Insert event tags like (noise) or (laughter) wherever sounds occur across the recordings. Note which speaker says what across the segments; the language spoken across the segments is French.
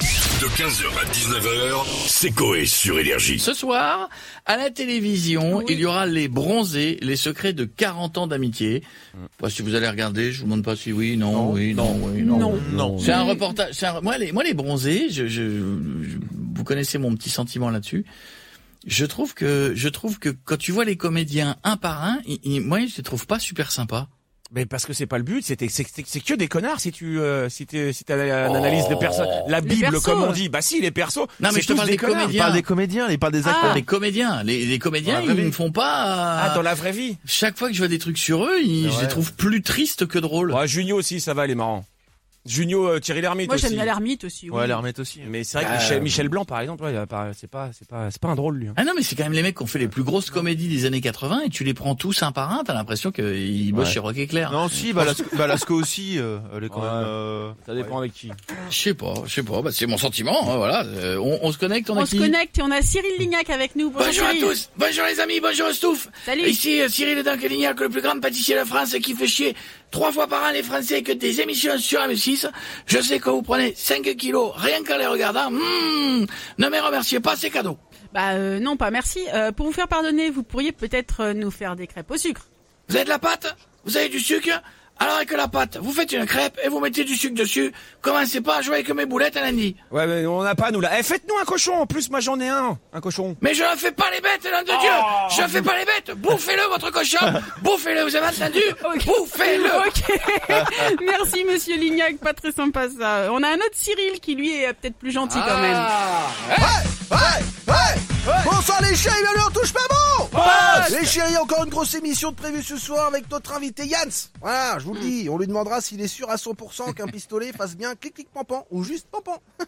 Speaker 1: De 15h à 19h, c'est Coé sur Énergie.
Speaker 2: Ce soir, à la télévision, il y aura les bronzés, les secrets de 40 ans d'amitié. Pas si vous allez regarder, je vous demande pas si oui, non, oui, non, oui, non.
Speaker 3: Non.
Speaker 2: C'est un reportage. c'est un- Moi, les, moi, les bronzés, je, je- je- vous connaissez mon petit sentiment là-dessus. Je trouve que, je trouve que quand tu vois les comédiens un par un, ils- ils- moi, je les trouve pas super sympas.
Speaker 3: Mais parce que c'est pas le but, c'était- c'est c'est- c'est que des connards si tu euh, si t'es si t'as une analyse de personnes, la
Speaker 4: Les
Speaker 3: Bible
Speaker 4: persos,
Speaker 3: comme on
Speaker 4: ouais.
Speaker 3: dit. Bah si, les persos.
Speaker 2: Non, mais
Speaker 3: c'est
Speaker 2: je te
Speaker 3: tous
Speaker 2: parle des
Speaker 3: connards.
Speaker 2: comédiens.
Speaker 5: Il parle des comédiens, il parle des acteurs.
Speaker 4: Ah.
Speaker 2: Les comédiens, les, les comédiens,
Speaker 3: Dans la vraie
Speaker 2: ils ne
Speaker 3: vie.
Speaker 2: font pas.
Speaker 3: Ah, dans la vraie vie.
Speaker 2: Chaque fois que je vois des trucs sur eux, ils- je les
Speaker 3: Ouais.
Speaker 2: trouve plus tristes que drôles.
Speaker 3: Ouais, Junio aussi, ça va, les marrants. Junio, euh, Thierry Lhermitte
Speaker 4: Moi,
Speaker 3: aussi.
Speaker 4: j'aime bien l'ermite aussi. oui.
Speaker 5: Ouais, les remettre Bah, aussi.
Speaker 3: Mais c'est vrai que Michel, Michel Blanc, par exemple, ouais, il a pas- c'est pas c'est pas c'est pas un drôle lui. hein.
Speaker 2: Ah non, mais c'est quand même les mecs qui ont fait les plus grosses comédies des années 80 et tu les prends tous un par un, t'as l'impression qu'ils bossent
Speaker 5: Ouais.
Speaker 2: chez Rock Éclair.
Speaker 5: Non, si, Balasco, Balasco aussi, euh, elle est
Speaker 3: Ouais.
Speaker 5: quand même. euh,
Speaker 3: Ça dépend avec qui.
Speaker 2: Je sais pas, je sais pas, bah, c'est mon sentiment, hein, voilà. Euh, on, on se connecte, on,
Speaker 4: On
Speaker 2: a
Speaker 4: se
Speaker 2: qui
Speaker 4: connecte et on a Cyril Lignac avec nous. Bonjour,
Speaker 2: Bonjour à
Speaker 4: Cyril.
Speaker 2: tous, bonjour les amis, bonjour Stouff.
Speaker 4: Salut.
Speaker 2: Ici euh, Cyril Duncan-Lignac, le plus grand pâtissier de France qui fait chier trois fois par an les Français que des émissions sur M6. Je sais que vous prenez 5 kilos rien qu'en les regardant. Mmh, ne me remerciez pas, c'est cadeau.
Speaker 4: Bah euh, non, pas merci. Euh, pour vous faire pardonner, vous pourriez peut-être euh, nous faire des crêpes
Speaker 2: (laughs)
Speaker 4: au sucre.
Speaker 2: Vous avez de la pâte Vous avez du sucre Alors avec la pâte, vous faites une crêpe et vous mettez du sucre dessus. Commencez pas à jouer avec mes boulettes à lundi.
Speaker 3: Ouais, mais on n'a pas nous là. Eh, faites-nous un cochon. En plus, moi j'en ai un, un cochon.
Speaker 2: Mais je ne fais pas les bêtes, nom de
Speaker 3: Oh
Speaker 2: Dieu Je ne fais pas les bêtes Bouffez-le, votre cochon
Speaker 4: (laughs)
Speaker 2: Bouffez-le, vous avez entendu
Speaker 4: Ok.
Speaker 2: Bouffez-le
Speaker 4: Ok. (laughs) merci, monsieur Lignac. Pas très sympa ça. On a un autre Cyril qui lui est euh, peut-être plus gentil quand
Speaker 2: Ah.
Speaker 4: même.
Speaker 6: Bonsoir les chéris, bienvenue on touche pas bon Les chéris, encore une grosse émission de prévue ce soir avec notre invité Yans. Voilà, je vous le dis, on lui demandera s'il est sûr à 100% qu'un pistolet fasse bien clic clic pampan ou juste pampan. (laughs)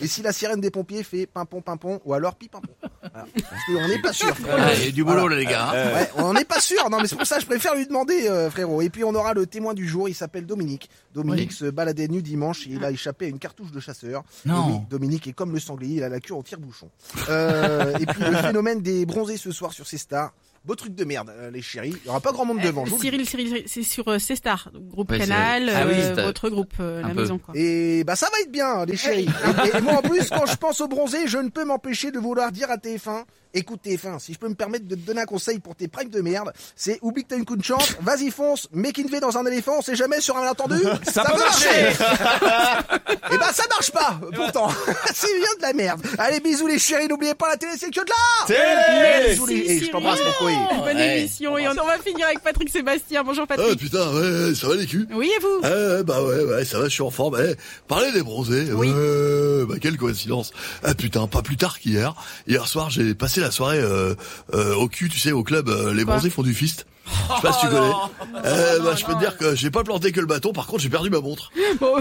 Speaker 6: Et si la sirène des pompiers fait pimpon pimpon ou alors pipampon. Voilà. Parce qu'on n'est pas sûr. frérot.
Speaker 2: Il y a du boulot là les gars hein.
Speaker 6: Ouais, on n'est pas sûr. Non, mais c'est pour ça que je préfère lui demander, euh, frérot. Et puis on aura le témoin du jour. Il s'appelle Dominique. Dominique se baladait nu dimanche et il a échappé à une cartouche de chasseur.
Speaker 2: Non.
Speaker 6: Domi- Dominique est comme le sanglier. Il a la queue en tire-bouchon. Euh, et puis le phénomène des bronzés ce soir sur ces stars. Beau truc de merde, euh, les chéris. Il y aura pas grand monde devant. je vous le dis.
Speaker 4: Eh, Cyril, Cyril, Cyril, c'est sur euh, C-Star, donc groupe
Speaker 2: Ouais, c'est-
Speaker 4: Canal,
Speaker 2: Ah oui,
Speaker 4: euh,
Speaker 2: c'est, euh,
Speaker 4: votre groupe, euh,
Speaker 2: un
Speaker 4: la
Speaker 2: peu.
Speaker 4: maison quoi.
Speaker 6: Et bah ça va être bien, les chéris. Et, et moi en plus, quand je pense aux bronzés, je ne peux m'empêcher de vouloir dire à TF1, écoute TF1, si je peux me permettre de te donner un conseil pour tes primes de merde, c'est oublie que t'as une coup de chance, vas-y fonce, mets Kinvey dans un éléphant, on sait jamais sur un malentendu.
Speaker 3: (laughs) Ça peut
Speaker 6: Et bah ça marche pas, pourtant. (laughs) c'est bien de la merde. Allez bisous les chéris, n'oubliez pas la télé, c'est que de là
Speaker 3: Télé
Speaker 6: Bisous, les-
Speaker 4: Merci,
Speaker 6: et je t'embrasse
Speaker 4: Cyril.
Speaker 6: beaucoup. oui.
Speaker 4: Bonne
Speaker 2: Ouais.
Speaker 4: émission et on, on va finir avec Patrick Sébastien. Bonjour
Speaker 7: Ah
Speaker 4: Patrick.
Speaker 7: putain, ouais, ouais, ça va les culs
Speaker 4: oui et vous
Speaker 7: Eh bah ouais, ouais, ça va, je suis en forme. Eh, parlez des bronzés.
Speaker 4: Oui.
Speaker 7: Ouais, bah quelle coïncidence. Ah putain, pas plus tard qu'hier. Hier soir, j'ai passé la soirée euh, euh, au cul, tu sais, au club. euh, les bronzés font du fist. Je sais pas si tu connais. eh bah je peux te dire que j'ai pas planté que le bâton. Par contre, j'ai perdu ma montre.
Speaker 4: Bon.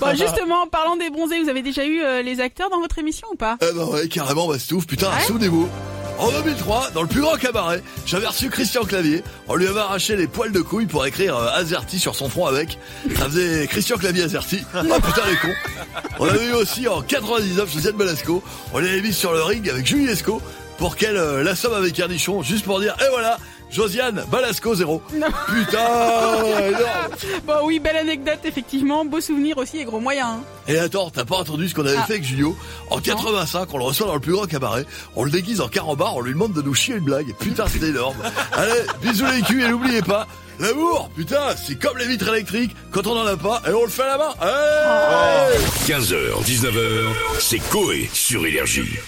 Speaker 4: Bon, justement, en parlant des bronzés, vous avez déjà eu euh, les acteurs dans votre émission ou pas
Speaker 7: Eh bah ouais, carrément, bah c'est ouf. Putain, souvenez-vous. En 2003, dans le plus grand cabaret, j'avais reçu Christian Clavier. On lui avait arraché les poils de couilles pour écrire euh, Azerty sur son front avec. Ça faisait Christian Clavier Azerty. (laughs) Oh putain les cons. On l'avait eu aussi en 99 chez Zed Balasco. On l'avait mis sur le ring avec Julie Esco pour qu'elle euh, la somme avec Carnichon juste pour dire, et voilà, Josiane Balasco zéro. Putain, énorme.
Speaker 4: Bon, Bah oui, belle anecdote, effectivement. Beau souvenir aussi et gros moyen. hein.
Speaker 7: Et attends, t'as pas entendu ce qu'on avait
Speaker 4: Ah.
Speaker 7: fait avec Julio En 85, on le reçoit dans le plus grand cabaret, on le déguise en carambar, on lui demande de nous chier une blague. Putain, c'est énorme. Allez, bisous les culs et n'oubliez pas, l'amour, putain, c'est comme les vitres électriques, quand on en a pas, et on le fait à la main. Allez
Speaker 1: 15h, 19h, c'est Coé sur Énergie.